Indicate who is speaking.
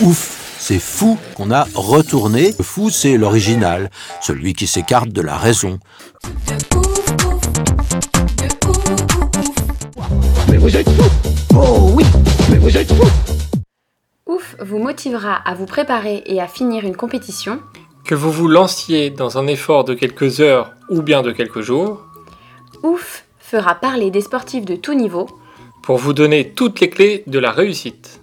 Speaker 1: Ouf, c'est fou qu'on a retourné. Le fou, c'est l'original, celui qui s'écarte de la raison.
Speaker 2: Ouf vous motivera à vous préparer et à finir une compétition.
Speaker 3: Que vous vous lanciez dans un effort de quelques heures ou bien de quelques jours,
Speaker 2: Ouf fera parler des sportifs de tout niveau.
Speaker 3: pour vous donner toutes les clés de la réussite.